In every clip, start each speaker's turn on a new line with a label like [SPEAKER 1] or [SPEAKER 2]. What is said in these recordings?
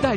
[SPEAKER 1] 带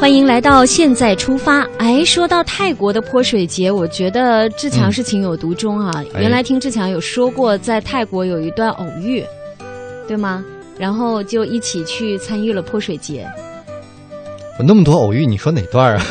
[SPEAKER 2] 欢迎来到现在出发。哎，说到泰国的泼水节，我觉得志强是情有独钟啊。
[SPEAKER 3] 哎
[SPEAKER 2] 原来听志强有说过，在泰国有一段偶遇，对吗？然后就一起去参与了泼水节，
[SPEAKER 3] 有那么多偶遇，你说哪段 啊？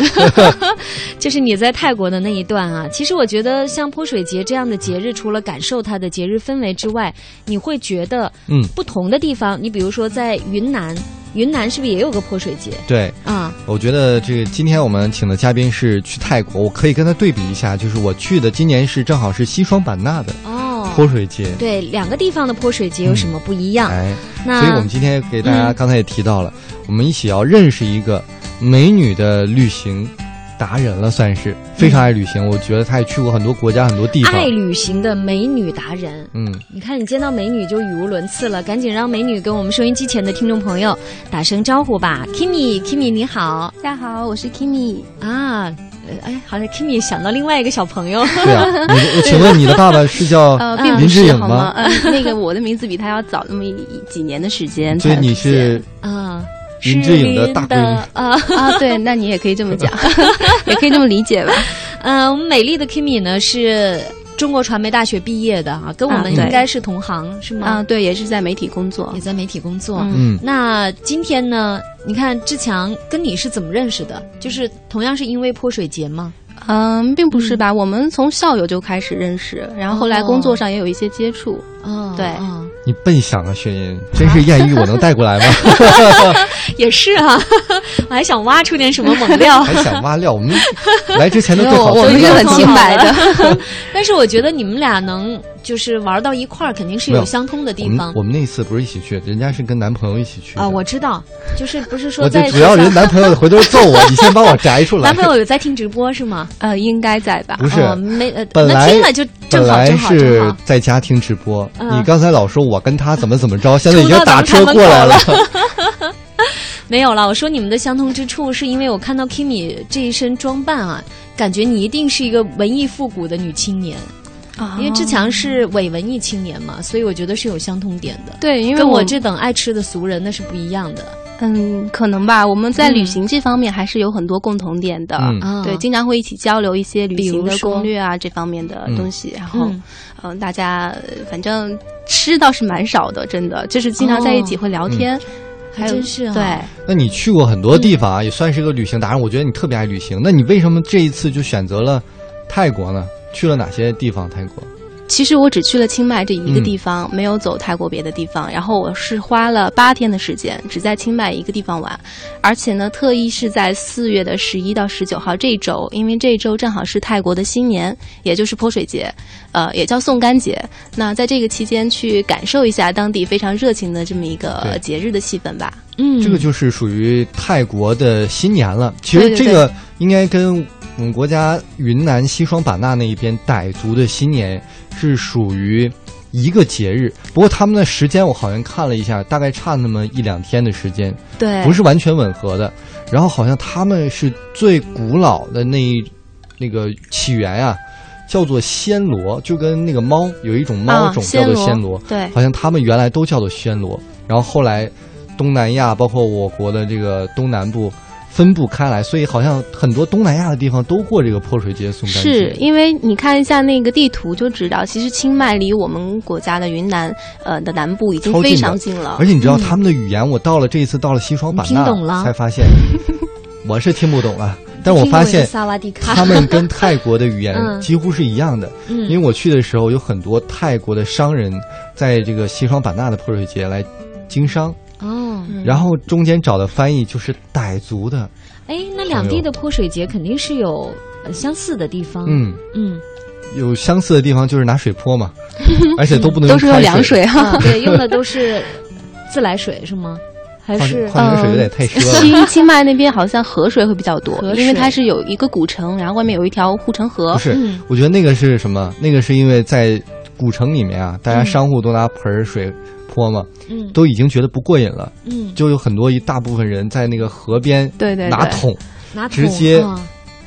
[SPEAKER 2] 就是你在泰国的那一段啊。其实我觉得，像泼水节这样的节日，除了感受它的节日氛围之外，你会觉得
[SPEAKER 3] 嗯，
[SPEAKER 2] 不同的地方，你比如说在云南，云南是不是也有个泼水节
[SPEAKER 3] 对，
[SPEAKER 2] 啊？
[SPEAKER 3] 我觉得这个今天我们请的嘉宾是去泰国，我可以跟他对比一下，就是我去的今年是正好是西双版纳的
[SPEAKER 2] 哦，
[SPEAKER 3] 泼水节，
[SPEAKER 2] 对，两个地方的泼水节有什么不一样？
[SPEAKER 4] 啊
[SPEAKER 3] 哎，
[SPEAKER 2] 那
[SPEAKER 3] 所以我们今天给大家刚才也提到了，我们一起要认识一个美女的旅行达人了，算是非常爱旅行。我觉得她也去过很多国家、很多地方。
[SPEAKER 2] 爱旅行的美女达人。
[SPEAKER 3] 嗯，
[SPEAKER 2] 你看，你见到美女就语无伦次了，赶紧让美女跟我们收音机前的听众朋友 打声招呼吧。Kimi，Kimi 你好
[SPEAKER 4] 大家好，哦我是 Kimi。
[SPEAKER 2] 啊，呃哎，好像 Kimi 想到另外一个小朋 友，
[SPEAKER 3] 对啊，你的请问你的爸爸是叫
[SPEAKER 4] 呃，并
[SPEAKER 3] 林
[SPEAKER 4] 不
[SPEAKER 3] 志
[SPEAKER 4] 是
[SPEAKER 3] 颖
[SPEAKER 4] 好吗？？呃，那个我的名字比他要早那么一几年的时间才
[SPEAKER 3] 所
[SPEAKER 4] 出
[SPEAKER 3] 以你
[SPEAKER 4] 现。
[SPEAKER 3] 是
[SPEAKER 2] 啊，
[SPEAKER 3] 林志颖的大闺女
[SPEAKER 2] 啊，
[SPEAKER 4] 啊？对，那你也可以这么 讲，也可以这么理解吧。
[SPEAKER 2] 呃，我们美丽的 Kimi 呢是中国传媒大学毕业的啊，跟我们
[SPEAKER 4] 啊对
[SPEAKER 2] 应该是同行、是吗？
[SPEAKER 4] 啊，对，也是在媒体工作
[SPEAKER 2] 也。在媒体工作，
[SPEAKER 4] 嗯
[SPEAKER 3] 嗯，
[SPEAKER 2] 那今天呢？你看志强跟你是怎么认识的？就是同样是因为泼水节吗？
[SPEAKER 4] 嗯，并不是吧？我们从校友就开始认识，然后后来工作上也有一些接触。
[SPEAKER 2] 哦
[SPEAKER 4] 对
[SPEAKER 2] 哦
[SPEAKER 3] 你笨想啊，雪音，真是艳遇，我能带 过来吗？
[SPEAKER 2] 也是啊， 我还想挖出点什么猛 料。
[SPEAKER 3] 还想挖料？我们来之前都
[SPEAKER 4] 因为
[SPEAKER 3] 做
[SPEAKER 4] 我
[SPEAKER 3] 好
[SPEAKER 4] 我
[SPEAKER 3] 功
[SPEAKER 4] 们
[SPEAKER 3] 课
[SPEAKER 4] 是很清白的，
[SPEAKER 2] 但是我觉得你们俩能就是玩到一块儿，肯定是
[SPEAKER 3] 没
[SPEAKER 2] 有
[SPEAKER 3] 有
[SPEAKER 2] 相通的
[SPEAKER 3] 我
[SPEAKER 2] 地
[SPEAKER 3] 们
[SPEAKER 2] 方
[SPEAKER 3] 我们那次不是一起去，人家是跟男朋友一起去的
[SPEAKER 2] 啊。我知道，就是不是说
[SPEAKER 3] 我就
[SPEAKER 2] 在
[SPEAKER 3] 只要
[SPEAKER 2] 学校
[SPEAKER 3] 人男朋友回头揍我，你先把我摘出 来
[SPEAKER 2] 男。朋友有在听直播是吗？
[SPEAKER 4] 呃，应该在吧？
[SPEAKER 3] 不是，
[SPEAKER 2] 哦、没呃，
[SPEAKER 3] 本
[SPEAKER 2] 那
[SPEAKER 3] 来
[SPEAKER 2] 听了就
[SPEAKER 3] 本
[SPEAKER 2] 正好
[SPEAKER 3] 来
[SPEAKER 2] 正好
[SPEAKER 3] 是
[SPEAKER 2] 正好。
[SPEAKER 3] 在家听直播，
[SPEAKER 2] 嗯
[SPEAKER 3] 你刚才老说我跟他怎么怎么着，现在已经
[SPEAKER 2] 冲到
[SPEAKER 3] 打
[SPEAKER 2] 咱
[SPEAKER 3] 车
[SPEAKER 2] 们
[SPEAKER 3] 过来了。
[SPEAKER 2] 没有了，我说你们的相通之处是因为我看到 Kimi 这一身装扮啊，感觉你一定是一个文艺复古的女青年，
[SPEAKER 4] 哦
[SPEAKER 2] 因为志
[SPEAKER 4] 啊
[SPEAKER 3] 哦
[SPEAKER 2] 强是伪文艺青年嘛，所以我觉得是有相通点的。
[SPEAKER 4] 对，因为
[SPEAKER 2] 跟我
[SPEAKER 4] 们
[SPEAKER 2] 这等爱吃的俗人那是不一样的
[SPEAKER 4] 嗯，可能吧。我们在
[SPEAKER 2] 嗯
[SPEAKER 4] 旅行这方面还是有很多共同点的。
[SPEAKER 3] 嗯
[SPEAKER 2] 啊。
[SPEAKER 4] 对，经常会一起交流一些旅行
[SPEAKER 2] 比如
[SPEAKER 4] 的
[SPEAKER 2] 说
[SPEAKER 4] 攻略啊，这方面的东西。然后，
[SPEAKER 2] 嗯
[SPEAKER 4] 嗯、大家呃反正吃倒是蛮少的，真的，就是经常在一起会聊天，还
[SPEAKER 2] 还
[SPEAKER 4] 有
[SPEAKER 2] 真是啊
[SPEAKER 4] 对，
[SPEAKER 3] 那你去过很多地方啊，也算是个旅行达人。我觉得你特别爱旅行，那你为什么这一次就选择了泰国呢？去了哪些地方？泰国？
[SPEAKER 4] 其实我只去了清迈这一个
[SPEAKER 3] 嗯
[SPEAKER 4] 地方，没有走泰国别的地方。然后我是花了八天的时间，只在清迈一个地方玩，而且呢，特意是在四月的十一到十九号这一周，因为这一周正好是泰国的新年，也就是泼水节，呃，也叫送干节。那在这个期间去感受一下当地非常热情的这么一个
[SPEAKER 3] 对
[SPEAKER 4] 节日的气氛吧。
[SPEAKER 2] 嗯，
[SPEAKER 3] 这个就是属于泰国的新年了。其实
[SPEAKER 4] 对对
[SPEAKER 3] 这个应该跟我们国家云南西双版纳那一边傣族的新年是属于一个节日，不过他们的时间我好像看了一下，大概差那么一两天的时间，
[SPEAKER 4] 对，
[SPEAKER 3] 不是完全吻合的。然后好像他们是最古老的那一那个起源啊，叫做暹罗，就跟那个猫有一种猫
[SPEAKER 4] 啊
[SPEAKER 3] 种叫做
[SPEAKER 4] 暹罗
[SPEAKER 3] 暹罗，
[SPEAKER 4] 对。
[SPEAKER 3] 好像他们原来都叫做暹罗，然后后来东南亚包括我国的这个东南部分布开来，所以好像很多东南亚的地方都过这个泼水节、送干节。
[SPEAKER 4] 是因为你看一下那个地图就知道，其实清迈离我们国家的云南呃的南部已经
[SPEAKER 3] 超近
[SPEAKER 4] 非
[SPEAKER 3] 的
[SPEAKER 4] 常近了
[SPEAKER 3] 而。且你知道他们的语言，我到了这一次到了西双版
[SPEAKER 2] 你听懂了
[SPEAKER 3] 纳才发现，我是听不懂啊，但我发现
[SPEAKER 2] 萨瓦迪卡，
[SPEAKER 3] 他们跟泰国的语言
[SPEAKER 2] 嗯
[SPEAKER 3] 几乎是一样的，
[SPEAKER 2] 嗯
[SPEAKER 3] 因为我去的时候有很多泰国的商人在这个西双版纳的泼水节来经商，
[SPEAKER 2] 哦，
[SPEAKER 4] 嗯
[SPEAKER 3] 然后中间找的翻译就是傣族的，
[SPEAKER 2] 哎，那两地的泼水节肯定是有呃相似的地方，
[SPEAKER 3] 嗯。
[SPEAKER 2] 嗯，
[SPEAKER 3] 有相似的地方就是拿水泼嘛，而且都不能
[SPEAKER 4] 都是
[SPEAKER 3] 开
[SPEAKER 4] 用凉
[SPEAKER 3] 水，
[SPEAKER 4] 水哈、
[SPEAKER 2] 啊对，用的都是自来水是 吗？还
[SPEAKER 3] 矿
[SPEAKER 2] 是
[SPEAKER 3] 矿泉水有点太奢了。
[SPEAKER 4] 清 清迈那边好像河水会比较多
[SPEAKER 2] 河，水
[SPEAKER 4] 因为它是有一个古城，然后外面有一条护城河
[SPEAKER 3] 不。是
[SPEAKER 2] 嗯，
[SPEAKER 3] 我觉得那个是什么？那个是因为在古城里面啊，大家商户都拿盆儿水泼嘛，
[SPEAKER 2] 嗯
[SPEAKER 3] 都已经觉得不过瘾了，
[SPEAKER 2] 嗯，
[SPEAKER 3] 就有很多一大部分人在那个河边
[SPEAKER 4] 对对对
[SPEAKER 3] 拿桶
[SPEAKER 2] 拿桶
[SPEAKER 3] 直接
[SPEAKER 2] 啊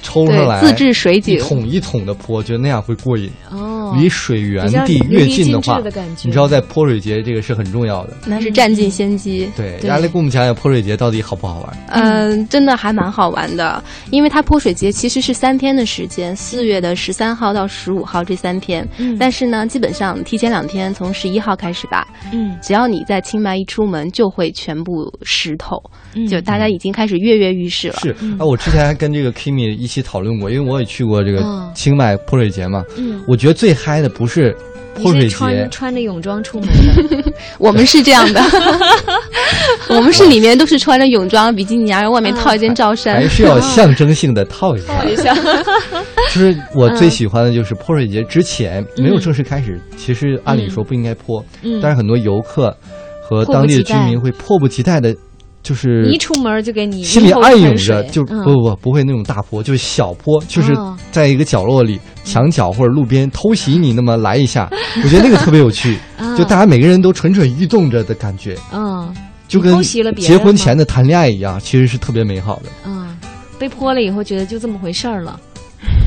[SPEAKER 3] 抽上
[SPEAKER 4] 对，
[SPEAKER 3] 来，
[SPEAKER 4] 自制水
[SPEAKER 3] 一
[SPEAKER 4] 井，
[SPEAKER 3] 桶一桶的泼，觉得那样会过瘾。
[SPEAKER 2] 哦，
[SPEAKER 3] 离水源地
[SPEAKER 2] 比较
[SPEAKER 3] 越
[SPEAKER 2] 淋漓
[SPEAKER 3] 近的
[SPEAKER 2] 尽致
[SPEAKER 3] 话，
[SPEAKER 2] 的感觉
[SPEAKER 3] 你知道在泼水节这个是很重要的。
[SPEAKER 4] 那是占尽先机。
[SPEAKER 3] 对，
[SPEAKER 2] 对
[SPEAKER 3] 阿来给我们讲讲泼水节到底好不好玩？
[SPEAKER 4] 嗯，真的还蛮好玩的，因为它泼水节其实是三天的时间，四月的十三号到十五号这三天。
[SPEAKER 2] 嗯
[SPEAKER 4] 但是呢，基本上提前两天，从十一号开始吧，
[SPEAKER 2] 嗯
[SPEAKER 4] 只要你在清迈一出门，就会全部湿透，
[SPEAKER 2] 嗯
[SPEAKER 4] 就大家已经开始跃跃欲试了。
[SPEAKER 3] 是啊，我之前还跟这个 Kimi 一起讨论过，因为我也去过这
[SPEAKER 2] 嗯
[SPEAKER 3] 个清迈泼水节嘛。
[SPEAKER 2] 嗯，
[SPEAKER 3] 我觉得最嗨的不是
[SPEAKER 2] 你
[SPEAKER 3] 泼水
[SPEAKER 2] 是
[SPEAKER 3] 节
[SPEAKER 2] 穿，穿着泳装出门 的，
[SPEAKER 4] 我们是这 样的，我们是里面都是穿着泳装、比基尼啊，然后外面套一件罩衫
[SPEAKER 3] 还。是要象征性的套一下。就是我
[SPEAKER 2] 嗯
[SPEAKER 3] 最喜欢的就是泼水节之前没有正式开始，其实按理说不应该泼，
[SPEAKER 2] 嗯
[SPEAKER 3] 但是很多游客和当地的居民会迫不及待的，就是
[SPEAKER 2] 你一出门就给你
[SPEAKER 3] 心里
[SPEAKER 2] 一头
[SPEAKER 3] 暗涌
[SPEAKER 2] 喷水
[SPEAKER 3] 着，就哦不
[SPEAKER 2] 嗯
[SPEAKER 3] 不不不会那种大泼，就是小泼，就是
[SPEAKER 2] 哦
[SPEAKER 3] 在一个角落里、墙角或者路边偷袭你那么来一下，我觉得那个特别有趣，
[SPEAKER 2] 啊
[SPEAKER 3] 就大家每个人都蠢蠢欲动着的感觉，
[SPEAKER 2] 嗯
[SPEAKER 3] 就跟
[SPEAKER 2] 偷袭了别人
[SPEAKER 3] 结婚
[SPEAKER 2] 吗
[SPEAKER 3] 前的谈恋爱一样，其实是特别美好的。
[SPEAKER 2] 嗯，被泼了以后觉得就这么回事儿了，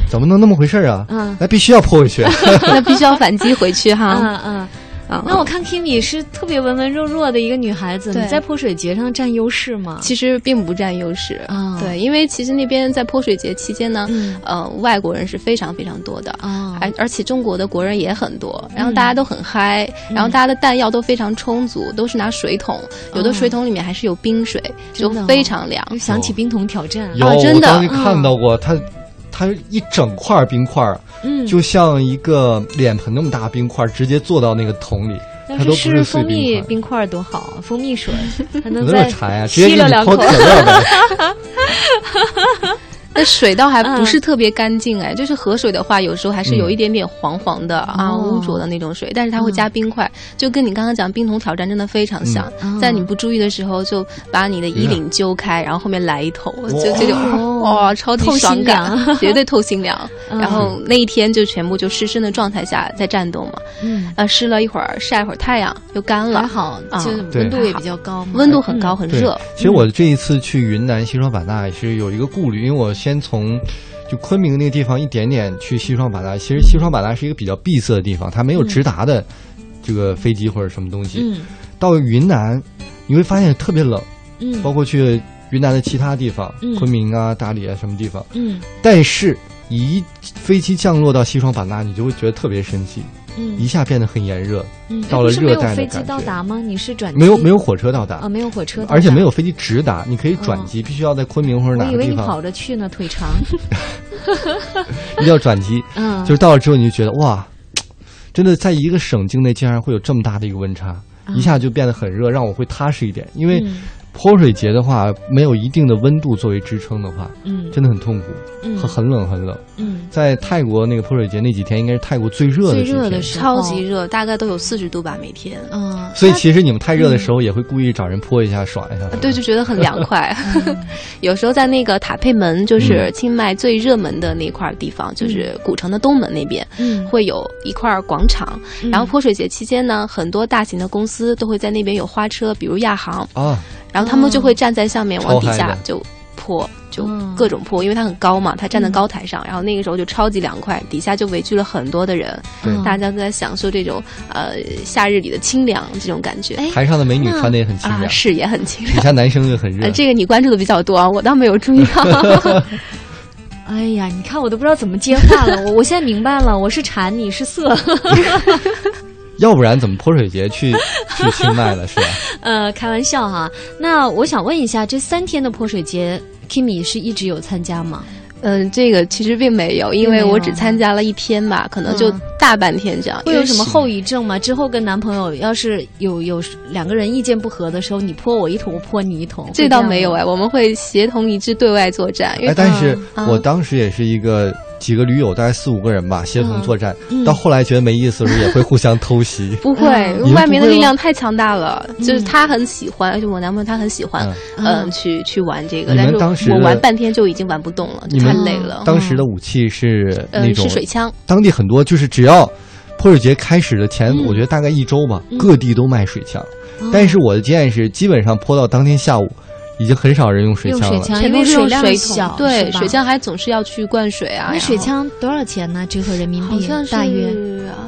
[SPEAKER 3] 怎么能那么回事儿啊？
[SPEAKER 2] 嗯
[SPEAKER 3] 那必须要泼回去。
[SPEAKER 4] 那必须要反击回去哈。
[SPEAKER 2] 嗯嗯。
[SPEAKER 4] 啊
[SPEAKER 2] 那我看 Kimi 是特别文文弱弱的一个女孩子，
[SPEAKER 4] 对
[SPEAKER 2] 你在泼水节上占优势吗？
[SPEAKER 4] 其实并不占优势
[SPEAKER 2] 啊
[SPEAKER 4] 对，因为其实那边在泼水节期间呢，
[SPEAKER 2] 嗯
[SPEAKER 4] 呃，外国人是非常非常多的，
[SPEAKER 2] 啊，
[SPEAKER 4] 而而且中国的国人也很多，然后大家
[SPEAKER 2] 嗯
[SPEAKER 4] 都很嗨，然后大家的弹药都非常充足，都是拿水桶，有的水桶里面还是有冰水，就
[SPEAKER 2] 哦真的哦
[SPEAKER 4] 非常凉。
[SPEAKER 2] 又想起冰桶挑战，
[SPEAKER 3] 有，
[SPEAKER 4] 啊真
[SPEAKER 3] 我
[SPEAKER 4] 的
[SPEAKER 2] 嗯
[SPEAKER 3] 当时看到过，它它一整块冰块儿，
[SPEAKER 2] 嗯，
[SPEAKER 3] 就像一个脸盆那么大冰块儿，直接坐到那个桶里，
[SPEAKER 2] 要
[SPEAKER 3] 它
[SPEAKER 2] 是
[SPEAKER 3] 都不
[SPEAKER 2] 试试
[SPEAKER 3] 碎
[SPEAKER 2] 蜂蜜
[SPEAKER 3] 冰块儿。
[SPEAKER 2] 冰块儿多好啊，蜂蜜 水还
[SPEAKER 3] 有
[SPEAKER 2] 能
[SPEAKER 3] 那
[SPEAKER 2] 再
[SPEAKER 3] 么馋呀，直接
[SPEAKER 2] 吸
[SPEAKER 3] 给
[SPEAKER 2] 了
[SPEAKER 3] 你
[SPEAKER 2] 两
[SPEAKER 3] 泼
[SPEAKER 2] 口
[SPEAKER 3] 可。乐呗。
[SPEAKER 4] 那水倒还
[SPEAKER 2] 嗯
[SPEAKER 4] 不是特别干净哎，就是河水的话，有时候还是有一点点黄黄的啊，
[SPEAKER 2] 哦
[SPEAKER 4] 污浊的那种水，但是它会加冰块，就跟你刚刚讲冰桶挑战真的非常像
[SPEAKER 2] 嗯，
[SPEAKER 4] 在你不注意的时候就把你的衣领揪开，然后后面来一桶，就这种哇，超级
[SPEAKER 2] 透
[SPEAKER 4] 爽
[SPEAKER 2] 哦心
[SPEAKER 4] 感，
[SPEAKER 2] 凉
[SPEAKER 4] 绝对透 心凉。
[SPEAKER 2] 嗯
[SPEAKER 4] 然后那一天就全部就湿身的状态下在战斗嘛，
[SPEAKER 2] 嗯，
[SPEAKER 4] 啊，湿了一会儿，晒一会儿太阳又干
[SPEAKER 2] 还
[SPEAKER 4] 了，
[SPEAKER 2] 好，
[SPEAKER 4] 啊
[SPEAKER 2] 就
[SPEAKER 3] 对
[SPEAKER 2] 温度也比较高嘛，
[SPEAKER 4] 温度很高
[SPEAKER 2] 嗯，
[SPEAKER 4] 很
[SPEAKER 3] 对
[SPEAKER 4] 热，
[SPEAKER 3] 其实我这一次去云南西双版纳也是有一个顾虑，因为我先从就昆明那个地方一点点去西双版纳。其实西双版纳是一个比较闭塞的地方，它没有直达的这个飞机或者什么东西。
[SPEAKER 2] 嗯
[SPEAKER 3] 到云南，你会发现特别冷，
[SPEAKER 2] 嗯
[SPEAKER 3] 包括去云南的其他地方，
[SPEAKER 2] 嗯
[SPEAKER 3] 昆明啊、大理啊什么地方。
[SPEAKER 2] 嗯
[SPEAKER 3] 但是，一飞机降落到西双版纳，你就会觉得特别神奇，一
[SPEAKER 2] 嗯
[SPEAKER 3] 下变得很炎热，
[SPEAKER 2] 嗯，
[SPEAKER 3] 到
[SPEAKER 2] 哎
[SPEAKER 3] 了
[SPEAKER 2] 不是没
[SPEAKER 3] 热
[SPEAKER 2] 有
[SPEAKER 3] 带的
[SPEAKER 2] 飞
[SPEAKER 3] 感
[SPEAKER 2] 机到
[SPEAKER 3] 觉
[SPEAKER 2] 达吗？你是转机
[SPEAKER 3] 没有没有火车到达，
[SPEAKER 2] 啊，没有火车到达，嗯
[SPEAKER 3] 而且没有飞机直达，你可以转机，必须要在昆明或者
[SPEAKER 2] 我
[SPEAKER 3] 哪
[SPEAKER 2] 以
[SPEAKER 3] 个
[SPEAKER 2] 为
[SPEAKER 3] 地
[SPEAKER 2] 你
[SPEAKER 3] 方
[SPEAKER 2] 跑，着去呢，腿 长。
[SPEAKER 3] 一定要转机。
[SPEAKER 2] 嗯，
[SPEAKER 3] 就是到了之后，你就觉得哇，真的在一个省境内竟然会有这么大的一个温差，一下就变得很热，让我会踏实一点。因为
[SPEAKER 2] 啊嗯
[SPEAKER 3] 泼水节的话，没有一定的温度作为支撑的话，
[SPEAKER 2] 嗯
[SPEAKER 3] 真的很痛苦，
[SPEAKER 2] 嗯
[SPEAKER 3] 很很冷很冷。
[SPEAKER 2] 嗯，
[SPEAKER 3] 在泰国那个泼水节那几天，应该是泰国最热
[SPEAKER 2] 最
[SPEAKER 3] 的几
[SPEAKER 2] 热的
[SPEAKER 3] 天。
[SPEAKER 2] 时候，
[SPEAKER 4] 超级热，大概都有四十度吧每天。
[SPEAKER 2] 哦嗯，
[SPEAKER 3] 所以其实你们太热的时候，也会故意找人泼一下、爽
[SPEAKER 2] 啊
[SPEAKER 3] 一下。
[SPEAKER 4] 呃对，就觉得 很凉快。
[SPEAKER 2] 嗯
[SPEAKER 4] 有时候在那个塔佩门，
[SPEAKER 3] 嗯
[SPEAKER 4] 就是清迈最热门的那块地方，就是古城的东门那边，
[SPEAKER 2] 嗯
[SPEAKER 4] 会有一块广场。
[SPEAKER 2] 嗯
[SPEAKER 4] 然后泼水节期间呢，很多大型的公司都会在那边有花车，比如亚航，
[SPEAKER 3] 啊，
[SPEAKER 4] 然后他们就会站在上面往底
[SPEAKER 3] 超嗨
[SPEAKER 4] 下
[SPEAKER 3] 的
[SPEAKER 4] 就泼。就
[SPEAKER 2] 哦嗯
[SPEAKER 4] 各种泼，因为它很高嘛，它站在高台上，然后那个时候就超级凉快，底下就围聚了很多的人，
[SPEAKER 3] 对，
[SPEAKER 2] 嗯
[SPEAKER 4] 大家都在享受这种呃夏日里的清凉这种感觉。
[SPEAKER 2] 哎
[SPEAKER 3] 台上的美女
[SPEAKER 2] 那
[SPEAKER 3] 穿的也很清
[SPEAKER 4] 啊，
[SPEAKER 3] 凉，
[SPEAKER 4] 是也很清
[SPEAKER 3] 底
[SPEAKER 4] 凉。
[SPEAKER 3] 下男生就很热
[SPEAKER 2] 啊
[SPEAKER 4] 呃，。这个你关注的比较多啊，我倒没有注意到。
[SPEAKER 2] 哎呀，你看我都不知道怎么接话了，我我现在明白了，我是馋，你是色，
[SPEAKER 3] 要不然怎么泼水节去去清迈了是吧？
[SPEAKER 2] 呃，开玩笑哈。那我想问一下，这三天的泼水节，Kimi 是一直有参加吗？
[SPEAKER 4] 嗯，这个其实并没有，因
[SPEAKER 2] 并没有
[SPEAKER 4] 为我只参加了一天吧，可能就
[SPEAKER 2] 嗯
[SPEAKER 4] 大半天这样。
[SPEAKER 2] 会
[SPEAKER 4] 因
[SPEAKER 2] 有
[SPEAKER 4] 为
[SPEAKER 2] 什么
[SPEAKER 4] 是
[SPEAKER 2] 后遗症吗？之后跟男朋友要是有有两个人意见不合的时候，你泼我一桶，我泼你一桶，
[SPEAKER 4] 这倒没有
[SPEAKER 2] 哎。
[SPEAKER 4] 哎，我们会协同一致对外作战，因
[SPEAKER 3] 哎，
[SPEAKER 4] 为
[SPEAKER 3] 但是
[SPEAKER 2] 嗯
[SPEAKER 4] 啊。
[SPEAKER 3] 我当时也是一个几个驴友，大概四五个人吧，协同作战。
[SPEAKER 2] 嗯
[SPEAKER 3] 到后来觉得没意思的时候，也会互相偷袭
[SPEAKER 4] 不会，
[SPEAKER 2] 嗯
[SPEAKER 4] 因
[SPEAKER 3] 你
[SPEAKER 4] 为
[SPEAKER 3] 们
[SPEAKER 4] 外
[SPEAKER 3] 不
[SPEAKER 4] 面的
[SPEAKER 3] 会
[SPEAKER 4] 力
[SPEAKER 3] 吗
[SPEAKER 4] 量太强大了。就是他很喜欢，而且我男朋友他很喜欢，
[SPEAKER 2] 嗯
[SPEAKER 4] 嗯，去去玩这个，
[SPEAKER 3] 你
[SPEAKER 4] 但
[SPEAKER 3] 们
[SPEAKER 4] 是
[SPEAKER 3] 当时
[SPEAKER 4] 我玩
[SPEAKER 3] 的
[SPEAKER 4] 半天就已经玩不动了，就
[SPEAKER 3] 你
[SPEAKER 4] 太
[SPEAKER 2] 嗯
[SPEAKER 3] 们
[SPEAKER 4] 累了。
[SPEAKER 2] 呃
[SPEAKER 3] 当时的武器是那
[SPEAKER 4] 嗯，
[SPEAKER 3] 种
[SPEAKER 4] 是水枪，
[SPEAKER 3] 当地很多，就是只要泼水节开始的前，
[SPEAKER 2] 嗯
[SPEAKER 3] 我觉得大概一周吧，
[SPEAKER 2] 嗯
[SPEAKER 3] 各地都卖水枪，
[SPEAKER 4] 哎
[SPEAKER 2] 哦
[SPEAKER 3] 但是我的经验是，基本上泼到当天下午，已经很少人用水
[SPEAKER 2] 用
[SPEAKER 3] 枪
[SPEAKER 2] 水
[SPEAKER 3] 了。
[SPEAKER 2] 枪，
[SPEAKER 4] 全
[SPEAKER 2] 啊因
[SPEAKER 4] 都
[SPEAKER 2] 为
[SPEAKER 4] 是
[SPEAKER 2] 水
[SPEAKER 4] 用
[SPEAKER 2] 量
[SPEAKER 4] 水
[SPEAKER 2] 小，
[SPEAKER 4] 桶，对，
[SPEAKER 2] 是吧
[SPEAKER 4] 水。枪还总是要去灌水啊。
[SPEAKER 2] 那
[SPEAKER 4] 然
[SPEAKER 2] 水
[SPEAKER 4] 后
[SPEAKER 2] 枪多少钱呢？折合人民
[SPEAKER 4] 好
[SPEAKER 2] 币
[SPEAKER 4] 像是啊
[SPEAKER 2] 大约，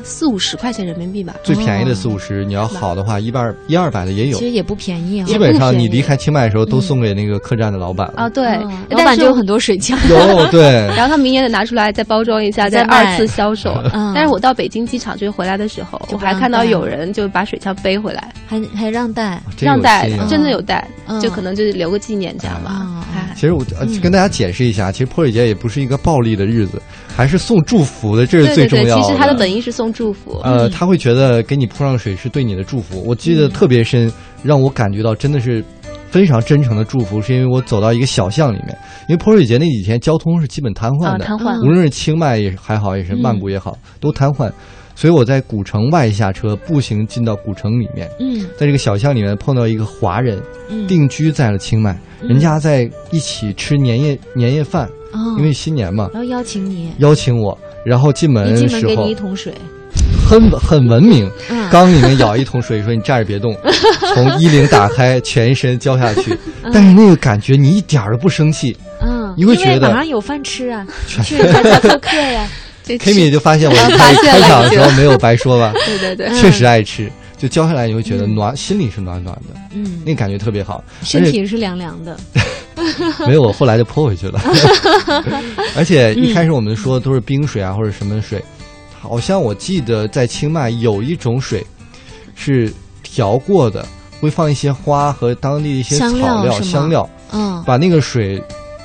[SPEAKER 4] 四五十块钱人民币吧。
[SPEAKER 3] 最便宜的四五十，你要好的话，一百一二百的也有
[SPEAKER 2] 哦其。实也不便宜嗯啊。
[SPEAKER 3] 基本上你离开清迈的时候，都送给那个客栈的老板
[SPEAKER 4] 啊，
[SPEAKER 3] 了。
[SPEAKER 4] 对
[SPEAKER 2] 嗯，
[SPEAKER 4] 但
[SPEAKER 2] 老板
[SPEAKER 4] 是
[SPEAKER 2] 就有很多水枪。
[SPEAKER 3] 有 对，
[SPEAKER 4] 然后他明年得拿出来再包装一下，
[SPEAKER 2] 再
[SPEAKER 4] 再
[SPEAKER 2] 卖
[SPEAKER 4] 二次销 售。
[SPEAKER 2] 嗯
[SPEAKER 4] 但是我到北京机场就是回来的时候，
[SPEAKER 2] 就不
[SPEAKER 4] 我还
[SPEAKER 2] 让
[SPEAKER 4] 看到
[SPEAKER 2] 带
[SPEAKER 4] 有人就把水枪背回来，
[SPEAKER 2] 还还让带，
[SPEAKER 3] 真有
[SPEAKER 4] 让带
[SPEAKER 3] 心，啊
[SPEAKER 4] 真的有带
[SPEAKER 2] 嗯，
[SPEAKER 4] 就可能就是留个纪念这样吧
[SPEAKER 2] 嗯。
[SPEAKER 4] 哎
[SPEAKER 3] 其实我呃
[SPEAKER 2] 嗯
[SPEAKER 3] 跟大家解释一下，其实泼水节也不是一个暴力的日子，还是送祝福的，这是最
[SPEAKER 4] 对对
[SPEAKER 3] 重
[SPEAKER 4] 对，
[SPEAKER 3] 要
[SPEAKER 4] 其实他的本意是送祝福。
[SPEAKER 3] 呃，
[SPEAKER 2] 嗯
[SPEAKER 3] 他会觉得给你泼上水是对你的祝福。我记
[SPEAKER 4] 嗯
[SPEAKER 3] 得特别深，让我感觉到真的是非常真诚的祝福，是因为我走到一个小巷里面，因为泼水节那几天交通是基本瘫痪
[SPEAKER 4] 啊，
[SPEAKER 3] 的，
[SPEAKER 4] 瘫痪嗯
[SPEAKER 2] 嗯
[SPEAKER 3] 无论是清迈也还好，也是曼谷也好，都瘫痪。所以我在古城外下车，步行进到古城里面，
[SPEAKER 2] 嗯
[SPEAKER 3] 在这个小巷里面碰到一个华人，
[SPEAKER 2] 嗯，
[SPEAKER 3] 定居在了清迈，人家在一起吃年夜年夜饭，
[SPEAKER 2] 哦
[SPEAKER 3] 因为哎新年嘛，
[SPEAKER 2] 然后邀请你，
[SPEAKER 3] 邀请我，然后进门
[SPEAKER 2] 一进门
[SPEAKER 3] 时
[SPEAKER 2] 给
[SPEAKER 3] 候
[SPEAKER 2] 你一桶水，
[SPEAKER 3] 很很文明，
[SPEAKER 2] 嗯
[SPEAKER 3] 缸里面舀一桶水，说你站着别动， 从衣领打开，全身浇下去，但是那个感觉你一点儿都不 生气，
[SPEAKER 2] 嗯，
[SPEAKER 3] 你会觉得
[SPEAKER 2] 因为马上有饭吃 啊，去人家家做客呀，
[SPEAKER 4] 这
[SPEAKER 3] Kimi 也就发现我
[SPEAKER 4] 啊
[SPEAKER 3] 开
[SPEAKER 4] 发现
[SPEAKER 3] 开
[SPEAKER 4] 了
[SPEAKER 3] 场的
[SPEAKER 4] 已经
[SPEAKER 3] 时候没有白说吧，
[SPEAKER 4] 对对
[SPEAKER 2] 嗯
[SPEAKER 4] 对，
[SPEAKER 3] 确实爱吃，就浇下来你会觉得暖，心里是暖暖的，
[SPEAKER 2] 嗯，
[SPEAKER 3] 那感觉特别好。
[SPEAKER 2] 身体是凉凉的，
[SPEAKER 3] 没有，我后来就泼回去了。而且一开始我们说都是冰水啊，或者什么水，好像我记得在清迈有一种水是调过的，会放一些花和当地一些草
[SPEAKER 2] 香料
[SPEAKER 3] 料、
[SPEAKER 2] 是
[SPEAKER 3] 香料，
[SPEAKER 2] 吗嗯
[SPEAKER 3] 把那个水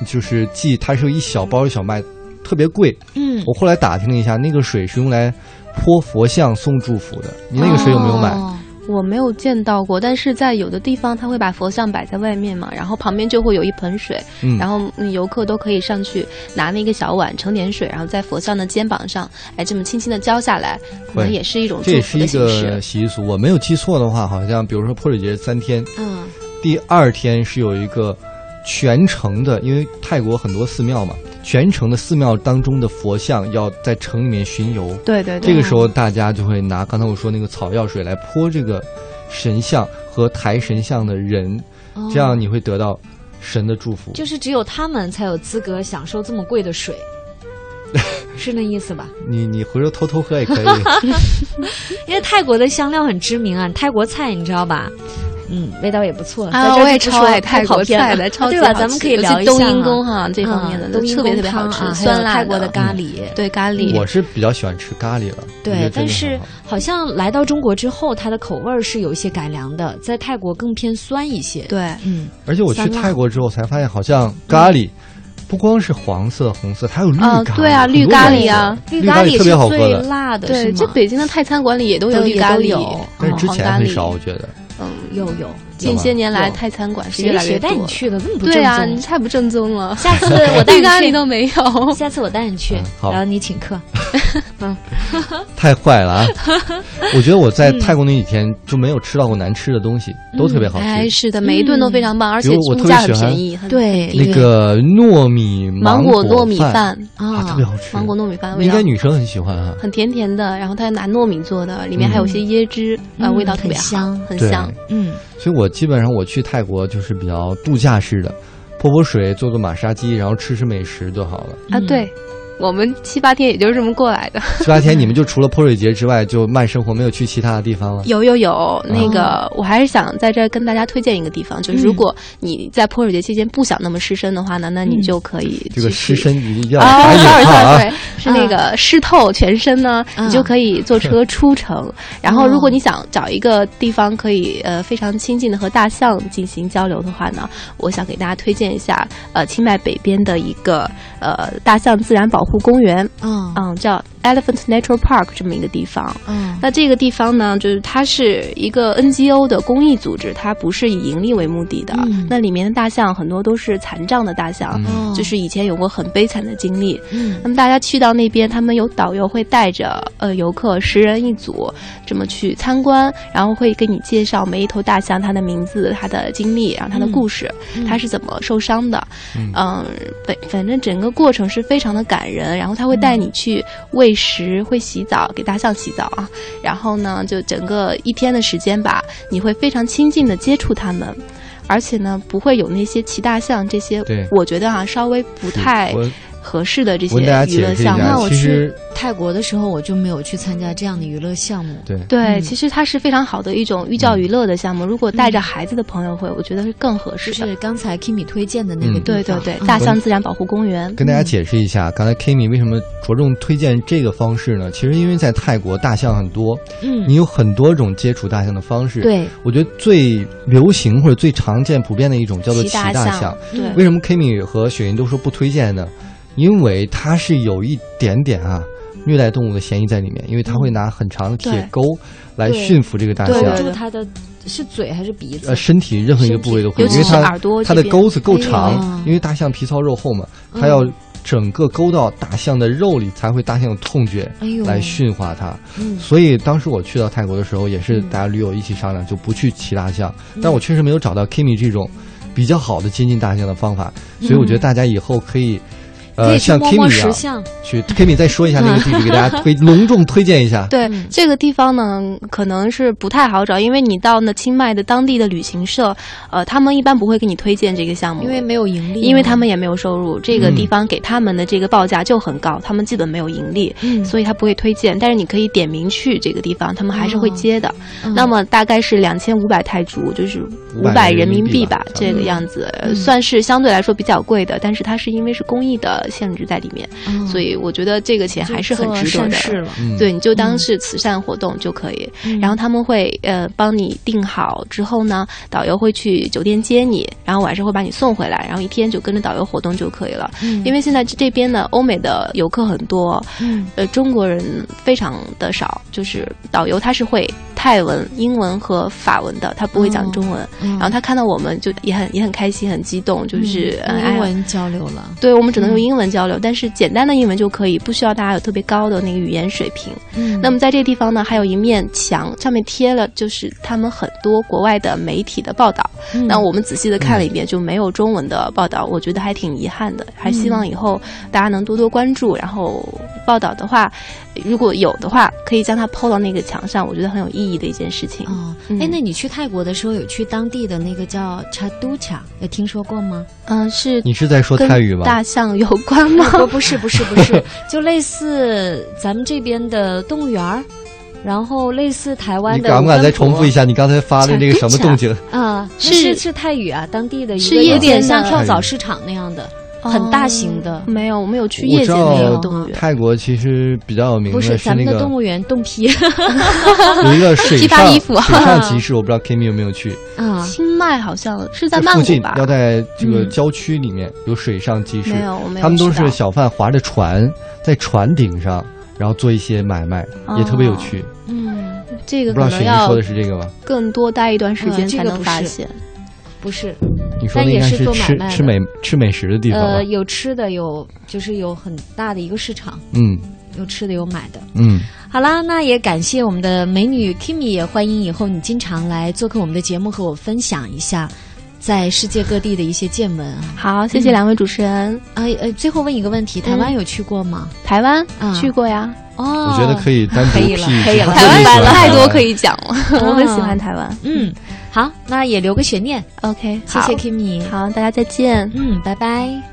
[SPEAKER 3] 就是寄，它是有一小包一小卖，特别贵。
[SPEAKER 2] 嗯，
[SPEAKER 3] 我后来打听了一下，那个水是用来泼佛像送祝福的。你那个水有没有买？
[SPEAKER 2] 哦
[SPEAKER 4] 我没有见到过，但是在有的地方他会把佛像摆在外面嘛，然后旁边就会有一盆水，
[SPEAKER 3] 嗯，
[SPEAKER 4] 然后嗯游客都可以上去拿那个小碗盛点水，然后在佛像的肩膀上，哎，这么轻轻的浇下来，可能
[SPEAKER 3] 对
[SPEAKER 4] 也是一种
[SPEAKER 3] 这也
[SPEAKER 4] 祝
[SPEAKER 3] 是
[SPEAKER 4] 福
[SPEAKER 3] 一
[SPEAKER 4] 的形
[SPEAKER 3] 个
[SPEAKER 4] 式。
[SPEAKER 3] 习俗。我没有记错的话，好像比如说泼水节三天，
[SPEAKER 2] 嗯
[SPEAKER 3] 第二天是有一个全城的，因为泰国很多寺庙嘛，全城的寺庙当中的佛像要在城里面巡游。
[SPEAKER 4] 对对
[SPEAKER 3] 这个时候，大家就会拿刚才我说那个草药水来泼这个神像和抬神像的人，
[SPEAKER 2] 哦
[SPEAKER 3] 这样你会得到神的祝福。
[SPEAKER 2] 就是只有他们才有资格享受这么贵的 水，是那意思吧？
[SPEAKER 3] 你你回头偷偷喝也可以。
[SPEAKER 2] 因为泰国的香料很知名啊，泰国菜你知道吧？嗯，味道也不错。在这儿
[SPEAKER 4] 啊
[SPEAKER 2] 就
[SPEAKER 4] 我也
[SPEAKER 2] 不
[SPEAKER 4] 超
[SPEAKER 2] 说
[SPEAKER 4] 爱泰
[SPEAKER 2] 跑
[SPEAKER 4] 国
[SPEAKER 2] 偏
[SPEAKER 4] 菜
[SPEAKER 2] 了 啊
[SPEAKER 4] 的超级
[SPEAKER 2] 对吧？
[SPEAKER 4] 好吃
[SPEAKER 2] 咱们可以聊一下
[SPEAKER 4] 尤其冬阴
[SPEAKER 2] 啊
[SPEAKER 4] 功哈这方面的
[SPEAKER 2] 嗯冬阴
[SPEAKER 4] 特别
[SPEAKER 2] 功
[SPEAKER 4] 特别好
[SPEAKER 2] 汤啊
[SPEAKER 4] 吃
[SPEAKER 2] 还有
[SPEAKER 4] 酸辣
[SPEAKER 2] 泰国的
[SPEAKER 4] 的
[SPEAKER 2] 咖喱。
[SPEAKER 4] 对咖喱，
[SPEAKER 3] 我是比较喜欢吃咖喱了，我觉
[SPEAKER 2] 对
[SPEAKER 3] 得，真
[SPEAKER 2] 但
[SPEAKER 3] 的
[SPEAKER 2] 是
[SPEAKER 3] 很好
[SPEAKER 2] 好像来到中国之后，它的口味儿是有一些改良的，在泰国更偏酸一些。，
[SPEAKER 4] 对
[SPEAKER 2] 嗯，
[SPEAKER 3] 而且我去
[SPEAKER 2] 酸辣
[SPEAKER 3] 泰国之后才发现，好像咖喱不光是黄色、红色，还有绿咖
[SPEAKER 4] 啊
[SPEAKER 3] 喱。
[SPEAKER 4] 对啊
[SPEAKER 3] 很多
[SPEAKER 4] 绿咖
[SPEAKER 3] 种
[SPEAKER 4] 喱啊
[SPEAKER 2] 嗯
[SPEAKER 3] 色绿咖喱
[SPEAKER 2] 是
[SPEAKER 3] 特别好喝
[SPEAKER 2] 最
[SPEAKER 3] 的，
[SPEAKER 2] 辣的，是
[SPEAKER 4] 对，
[SPEAKER 2] 吗
[SPEAKER 4] 这北京的泰餐馆里也都有
[SPEAKER 2] 都
[SPEAKER 4] 绿
[SPEAKER 2] 也
[SPEAKER 4] 咖
[SPEAKER 2] 都
[SPEAKER 4] 喱
[SPEAKER 2] 有，
[SPEAKER 3] 哦但是之
[SPEAKER 4] 哦黄
[SPEAKER 3] 前
[SPEAKER 4] 咖
[SPEAKER 3] 很
[SPEAKER 4] 喱
[SPEAKER 3] 少，我觉得。
[SPEAKER 4] 嗯，
[SPEAKER 2] 有有，
[SPEAKER 4] 近些年来
[SPEAKER 2] 有
[SPEAKER 4] 泰餐馆是越
[SPEAKER 2] 谁
[SPEAKER 4] 来越
[SPEAKER 2] 谁带你
[SPEAKER 4] 多。
[SPEAKER 2] 去的这么不正宗？
[SPEAKER 4] 对啊，你太不正宗 了，
[SPEAKER 2] 下 次我带
[SPEAKER 4] 绿咖
[SPEAKER 2] 你
[SPEAKER 4] 喱
[SPEAKER 2] 去，
[SPEAKER 4] 都没 有。
[SPEAKER 2] 下次我带你去
[SPEAKER 3] 嗯，好
[SPEAKER 2] 然后你请客。
[SPEAKER 3] 太坏 了啊！我觉得我
[SPEAKER 4] 嗯
[SPEAKER 3] 在泰国那几天就没有吃到过难吃的东西，都特别好
[SPEAKER 4] 哎，
[SPEAKER 3] 吃。
[SPEAKER 4] 是的，每一顿都非常棒，而且
[SPEAKER 3] 比如我
[SPEAKER 4] 物
[SPEAKER 3] 特别
[SPEAKER 4] 价
[SPEAKER 3] 喜
[SPEAKER 4] 很
[SPEAKER 3] 欢
[SPEAKER 4] 便宜。很
[SPEAKER 2] 对
[SPEAKER 4] 很低
[SPEAKER 3] 那个糯米
[SPEAKER 4] 芒
[SPEAKER 3] 果
[SPEAKER 4] 糯米
[SPEAKER 3] 饭啊，特别
[SPEAKER 2] 啊，
[SPEAKER 3] 好吃。
[SPEAKER 4] 芒果糯米饭味
[SPEAKER 3] 应
[SPEAKER 4] 道
[SPEAKER 3] 该女生很喜欢啊。
[SPEAKER 4] 很甜甜的，然后它拿糯米做的，里面
[SPEAKER 3] 嗯
[SPEAKER 4] 还有一些椰汁，啊，
[SPEAKER 2] 嗯
[SPEAKER 4] 味道特
[SPEAKER 2] 很
[SPEAKER 4] 别好
[SPEAKER 2] 香
[SPEAKER 4] 很
[SPEAKER 3] 对
[SPEAKER 4] 香。
[SPEAKER 2] 嗯，
[SPEAKER 3] 所以我基本上我去泰国就是比较度假式的，泼泼水，做做马杀鸡，然后吃吃美食就好 了。
[SPEAKER 4] 啊，
[SPEAKER 2] 嗯
[SPEAKER 4] 对，我们七八天也就是这么过来的。
[SPEAKER 3] 七八天你们就除了泼水节之外，就慢生活，没有去其他的地方了。
[SPEAKER 4] 有有有，那个我还是想在这儿跟大家推荐一个地方，就是如果你在泼水节期间不想那么湿身的话呢，那你
[SPEAKER 2] 嗯
[SPEAKER 4] 就可以
[SPEAKER 3] 这个
[SPEAKER 4] 去
[SPEAKER 3] 湿
[SPEAKER 4] 去
[SPEAKER 3] 身一定要
[SPEAKER 4] 啊
[SPEAKER 3] 打
[SPEAKER 4] ，sorry
[SPEAKER 3] 引号
[SPEAKER 4] sorry
[SPEAKER 3] 啊！
[SPEAKER 4] sorry，是那个湿透全身呢，
[SPEAKER 2] 嗯
[SPEAKER 4] 你就可以坐
[SPEAKER 3] 嗯
[SPEAKER 4] 车出城。然后，如果你想找一个地方可以呃非常亲近的和大象进行交流的话呢，我想给大家推荐一下呃清迈北边的一个呃大象自然保护公园，
[SPEAKER 2] 嗯
[SPEAKER 4] 嗯，叫 Elephant Natural Park 这么一个地方。
[SPEAKER 2] 嗯
[SPEAKER 4] 那这个地方呢，就是它是一个 NGO 的公益组织，它不是以盈利为目的的。
[SPEAKER 2] 嗯
[SPEAKER 4] 那里面的大象很多都是残障的大象，
[SPEAKER 3] 嗯
[SPEAKER 2] 哦
[SPEAKER 4] 就是以前有过很悲惨的经历。
[SPEAKER 2] 嗯
[SPEAKER 4] 那么大家去到那边，他们有导游会带着呃游客十人一组这么去参观，然后会给你介绍每一头大象它的名字、它的经历，然后它的故事，
[SPEAKER 2] 嗯
[SPEAKER 4] 它是怎么受伤的。呃
[SPEAKER 3] 嗯
[SPEAKER 4] 嗯，反、反正整个过程是非常的感人，然后他会带你去喂喂食、会洗澡，给大象洗澡啊。然后呢，就整个一天的时间吧，你会非常亲近的接触它们，而且呢，不会有那些骑大象这些
[SPEAKER 3] 对，
[SPEAKER 4] 我觉得啊，稍微不太
[SPEAKER 3] 我
[SPEAKER 4] 合适的这些
[SPEAKER 3] 我跟大家
[SPEAKER 4] 娱乐
[SPEAKER 3] 解释一
[SPEAKER 4] 项
[SPEAKER 3] 下
[SPEAKER 2] 那
[SPEAKER 4] 目。
[SPEAKER 2] 我
[SPEAKER 3] 其
[SPEAKER 2] 去
[SPEAKER 3] 实
[SPEAKER 2] 泰国的时候，我就没有去参加这样的娱乐项目。
[SPEAKER 3] 对
[SPEAKER 4] 对，
[SPEAKER 2] 嗯
[SPEAKER 4] 其实它是非常好的一种寓教于乐的项目。如果带着孩子的朋友会，我觉得是更合
[SPEAKER 2] 就
[SPEAKER 4] 适的。
[SPEAKER 2] 是刚才 Kimi 推荐的那个
[SPEAKER 3] 嗯
[SPEAKER 2] 地
[SPEAKER 4] 对对
[SPEAKER 2] 方
[SPEAKER 4] 对，
[SPEAKER 2] 嗯
[SPEAKER 4] 大象自然保护公园。
[SPEAKER 3] 跟大家解释一下，刚才 Kimi 为什么着重推荐这个方式呢？其实因为在泰国大象很多，
[SPEAKER 2] 嗯
[SPEAKER 3] 你有很多种接触大象的方式。，
[SPEAKER 2] 对
[SPEAKER 3] 我觉得最流行或者最常见、普遍的一种叫做骑大
[SPEAKER 4] 象，
[SPEAKER 3] 象。嗯
[SPEAKER 4] 对，
[SPEAKER 3] 为什么 Kimi 和雪莹都说不推荐呢？因为它是有一点点啊虐待动物的嫌疑在里面，因为它会拿很长的铁
[SPEAKER 4] 对
[SPEAKER 3] 钩来
[SPEAKER 2] 对
[SPEAKER 3] 驯服这个大
[SPEAKER 2] 对，
[SPEAKER 3] 象
[SPEAKER 2] 捂，住它的是嘴还是鼻子
[SPEAKER 3] 呃，？身体任何一个部位都会，
[SPEAKER 4] 尤
[SPEAKER 3] 因
[SPEAKER 4] 其
[SPEAKER 3] 为
[SPEAKER 4] 是
[SPEAKER 3] 它
[SPEAKER 4] 耳朵
[SPEAKER 3] 它的
[SPEAKER 4] 这边
[SPEAKER 3] 钩子够
[SPEAKER 2] 哎
[SPEAKER 3] 长
[SPEAKER 2] 呀，
[SPEAKER 3] 因为大象皮糙肉厚嘛，它
[SPEAKER 2] 嗯
[SPEAKER 3] 要整个勾到大象的肉里才会大象有痛觉
[SPEAKER 2] 哎呦
[SPEAKER 3] 来驯化它。
[SPEAKER 2] 嗯
[SPEAKER 3] 所以当时我去到泰国的时候，也是
[SPEAKER 2] 嗯
[SPEAKER 3] 大家驴友一起商量，就不去骑大象。但我确实没有找到 Kimi 这种比较好的接近大象的方法，所以我觉得大家以后可以。
[SPEAKER 2] 嗯可
[SPEAKER 3] 呃，
[SPEAKER 2] 以去
[SPEAKER 3] 像
[SPEAKER 2] 摸摸
[SPEAKER 3] Kimi 一
[SPEAKER 2] 石
[SPEAKER 4] 啊
[SPEAKER 3] 样，
[SPEAKER 2] 像，
[SPEAKER 3] 去 Kimi 再说一下那个地 址，给大家推隆重推荐一下。
[SPEAKER 4] 对、
[SPEAKER 2] 嗯
[SPEAKER 4] 这个地方呢，可能是不太好找，因为你到那清迈的当地的旅行社，呃，他们一般不会给你推荐这个项目，
[SPEAKER 2] 因为没有盈利嘛，
[SPEAKER 4] 因为他们也没有收入，这个
[SPEAKER 3] 嗯
[SPEAKER 4] 地方给他们的这个报价就很高，他们基本没有盈利，
[SPEAKER 2] 嗯
[SPEAKER 4] 所以他不会推荐。但是你可以点名去这个地方，他们还是会接的。
[SPEAKER 2] 嗯
[SPEAKER 4] 那么大概是两千五百泰铢，就是五
[SPEAKER 3] 500
[SPEAKER 4] 百
[SPEAKER 3] 人
[SPEAKER 4] 人
[SPEAKER 3] 民
[SPEAKER 4] 民
[SPEAKER 3] 币
[SPEAKER 4] 币
[SPEAKER 3] 吧
[SPEAKER 4] 吧，这个样子、呃
[SPEAKER 2] 嗯
[SPEAKER 4] 算是相对来说比较贵的，但是它是因为是公益的限制在里面，
[SPEAKER 2] 嗯
[SPEAKER 4] 所以我觉得这个钱还是很
[SPEAKER 2] 做
[SPEAKER 4] 值得
[SPEAKER 2] 善
[SPEAKER 4] 的。
[SPEAKER 2] 事了。
[SPEAKER 3] 嗯，
[SPEAKER 4] 对，你就当是慈善活动就可以。
[SPEAKER 2] 嗯
[SPEAKER 4] 然后他们会呃帮你订好之后呢，导游会去酒店接你，然后晚上会把你送回来，然后一天就跟着导游活动就可以了。
[SPEAKER 2] 嗯
[SPEAKER 4] 因为现在这边呢，欧美的游客很多，
[SPEAKER 2] 嗯
[SPEAKER 4] 呃，中国人非常的少，就是导游他是会泰文、英文和法文的，他不会讲中文。
[SPEAKER 2] 嗯
[SPEAKER 4] 然后他看到我们就也很也很开心，很激动，就是、
[SPEAKER 2] 嗯
[SPEAKER 4] 嗯、
[SPEAKER 2] 用英
[SPEAKER 4] 哎呀
[SPEAKER 2] 文交流了，
[SPEAKER 4] 对，我们只能用
[SPEAKER 2] 嗯
[SPEAKER 4] 英文交流，但是简单的英文就可以，不需要大家有特别高的那个语言水平。
[SPEAKER 2] 嗯
[SPEAKER 4] 那么在这个地方呢，还有一面墙，上面贴了就是他们很多国外的媒体的报道。
[SPEAKER 2] 嗯
[SPEAKER 4] 那我们仔细的看了一遍，就没有中文的报道，我觉得还挺遗憾的。还希望以后大家能多多关注，然后报道的话，如果有的话，可以将它抛到那个墙上，我觉得很有意义的一件事情。
[SPEAKER 2] 哦，
[SPEAKER 4] 嗯
[SPEAKER 2] 哎，那你去泰国的时候有去当地的那个叫查都卡，有听说过吗？
[SPEAKER 4] 嗯、是
[SPEAKER 3] 你是在说
[SPEAKER 4] 跟
[SPEAKER 3] 泰语吗？
[SPEAKER 4] 大象有 关 吗？
[SPEAKER 2] 不，不是，不是，不是，就类似咱们这边的动物园儿，然后类似台湾
[SPEAKER 3] 你
[SPEAKER 2] 的。
[SPEAKER 3] 敢不敢再重复一？下你刚才发的那个什么动静？
[SPEAKER 2] 啊，那
[SPEAKER 4] 是
[SPEAKER 2] 是是泰语啊，当地的一
[SPEAKER 4] 是
[SPEAKER 2] 个
[SPEAKER 4] 夜
[SPEAKER 2] 有点
[SPEAKER 4] 间
[SPEAKER 2] 像
[SPEAKER 4] 的
[SPEAKER 2] 跳蚤市场那样的，
[SPEAKER 4] 哦
[SPEAKER 2] 很大型的。
[SPEAKER 3] 嗯
[SPEAKER 4] 没有，我们有去
[SPEAKER 3] 我
[SPEAKER 4] 夜
[SPEAKER 3] 知
[SPEAKER 4] 间
[SPEAKER 3] 道啊
[SPEAKER 4] 那个动物园。
[SPEAKER 3] 泰国其实比较有名
[SPEAKER 2] 不是
[SPEAKER 3] 的
[SPEAKER 2] 咱
[SPEAKER 3] 那
[SPEAKER 2] 们的
[SPEAKER 3] 个
[SPEAKER 2] 动物园冻 批
[SPEAKER 3] 有一个水
[SPEAKER 4] 啊批
[SPEAKER 3] 上
[SPEAKER 4] 发衣服
[SPEAKER 3] 水上集市，我不知道 Kimi 有没有去，
[SPEAKER 2] 啊，
[SPEAKER 4] 清迈好像是 在
[SPEAKER 3] 这
[SPEAKER 4] 曼
[SPEAKER 3] 附
[SPEAKER 4] 谷
[SPEAKER 3] 近
[SPEAKER 4] 吧？
[SPEAKER 3] 要在这个
[SPEAKER 2] 嗯
[SPEAKER 3] 郊区里面有水上集市
[SPEAKER 4] 没，有，我没有。
[SPEAKER 3] 他们都是小贩划着船在船顶上，然后做一些买卖，
[SPEAKER 4] 哦
[SPEAKER 3] 也特别有趣。
[SPEAKER 2] 嗯，
[SPEAKER 4] 这
[SPEAKER 3] 不
[SPEAKER 4] 个
[SPEAKER 3] 知道雪莹
[SPEAKER 4] 可能要
[SPEAKER 3] 说的是这个吧？
[SPEAKER 4] 更多待一段时
[SPEAKER 2] 呃
[SPEAKER 4] 间
[SPEAKER 2] 这
[SPEAKER 4] 才
[SPEAKER 2] 个
[SPEAKER 4] 能
[SPEAKER 2] 不
[SPEAKER 4] 发
[SPEAKER 2] 是
[SPEAKER 4] 现。
[SPEAKER 2] 不是，
[SPEAKER 3] 你说
[SPEAKER 2] 但
[SPEAKER 3] 的应
[SPEAKER 2] 也
[SPEAKER 3] 该
[SPEAKER 2] 是
[SPEAKER 3] 是
[SPEAKER 2] 做买
[SPEAKER 3] 吃
[SPEAKER 2] 卖的
[SPEAKER 3] 吃美吃美食的地方啊吧
[SPEAKER 2] 呃，？有吃的，有就是有很大的一个市场，
[SPEAKER 3] 嗯
[SPEAKER 2] 有吃的，有买的。
[SPEAKER 3] 嗯，
[SPEAKER 2] 好啦，那也感谢我们的美女 Kimi，也欢迎以后你经常来做客我们的节目，和我分享一下在世界各地的一些见闻啊。
[SPEAKER 4] 好，谢谢两位主持人。
[SPEAKER 2] 呃呃，最后问一个问题，台湾
[SPEAKER 4] 嗯
[SPEAKER 2] 有去过吗？
[SPEAKER 4] 台湾、
[SPEAKER 2] 啊
[SPEAKER 4] 去过呀，
[SPEAKER 2] 哦，
[SPEAKER 3] 我觉得可以单独
[SPEAKER 2] 可
[SPEAKER 3] 辟
[SPEAKER 2] 以
[SPEAKER 3] 一
[SPEAKER 2] 了
[SPEAKER 3] 期
[SPEAKER 2] 可以了
[SPEAKER 3] 专门
[SPEAKER 2] 台
[SPEAKER 3] 说
[SPEAKER 4] 太多
[SPEAKER 3] 台湾
[SPEAKER 4] 可以讲了，我很喜欢台 湾。
[SPEAKER 2] 嗯，好，那也留个悬念，
[SPEAKER 4] OK，
[SPEAKER 2] 谢
[SPEAKER 4] 嗯好
[SPEAKER 2] 谢 Kimi，，
[SPEAKER 4] 好，大家再见。
[SPEAKER 2] 嗯，拜拜。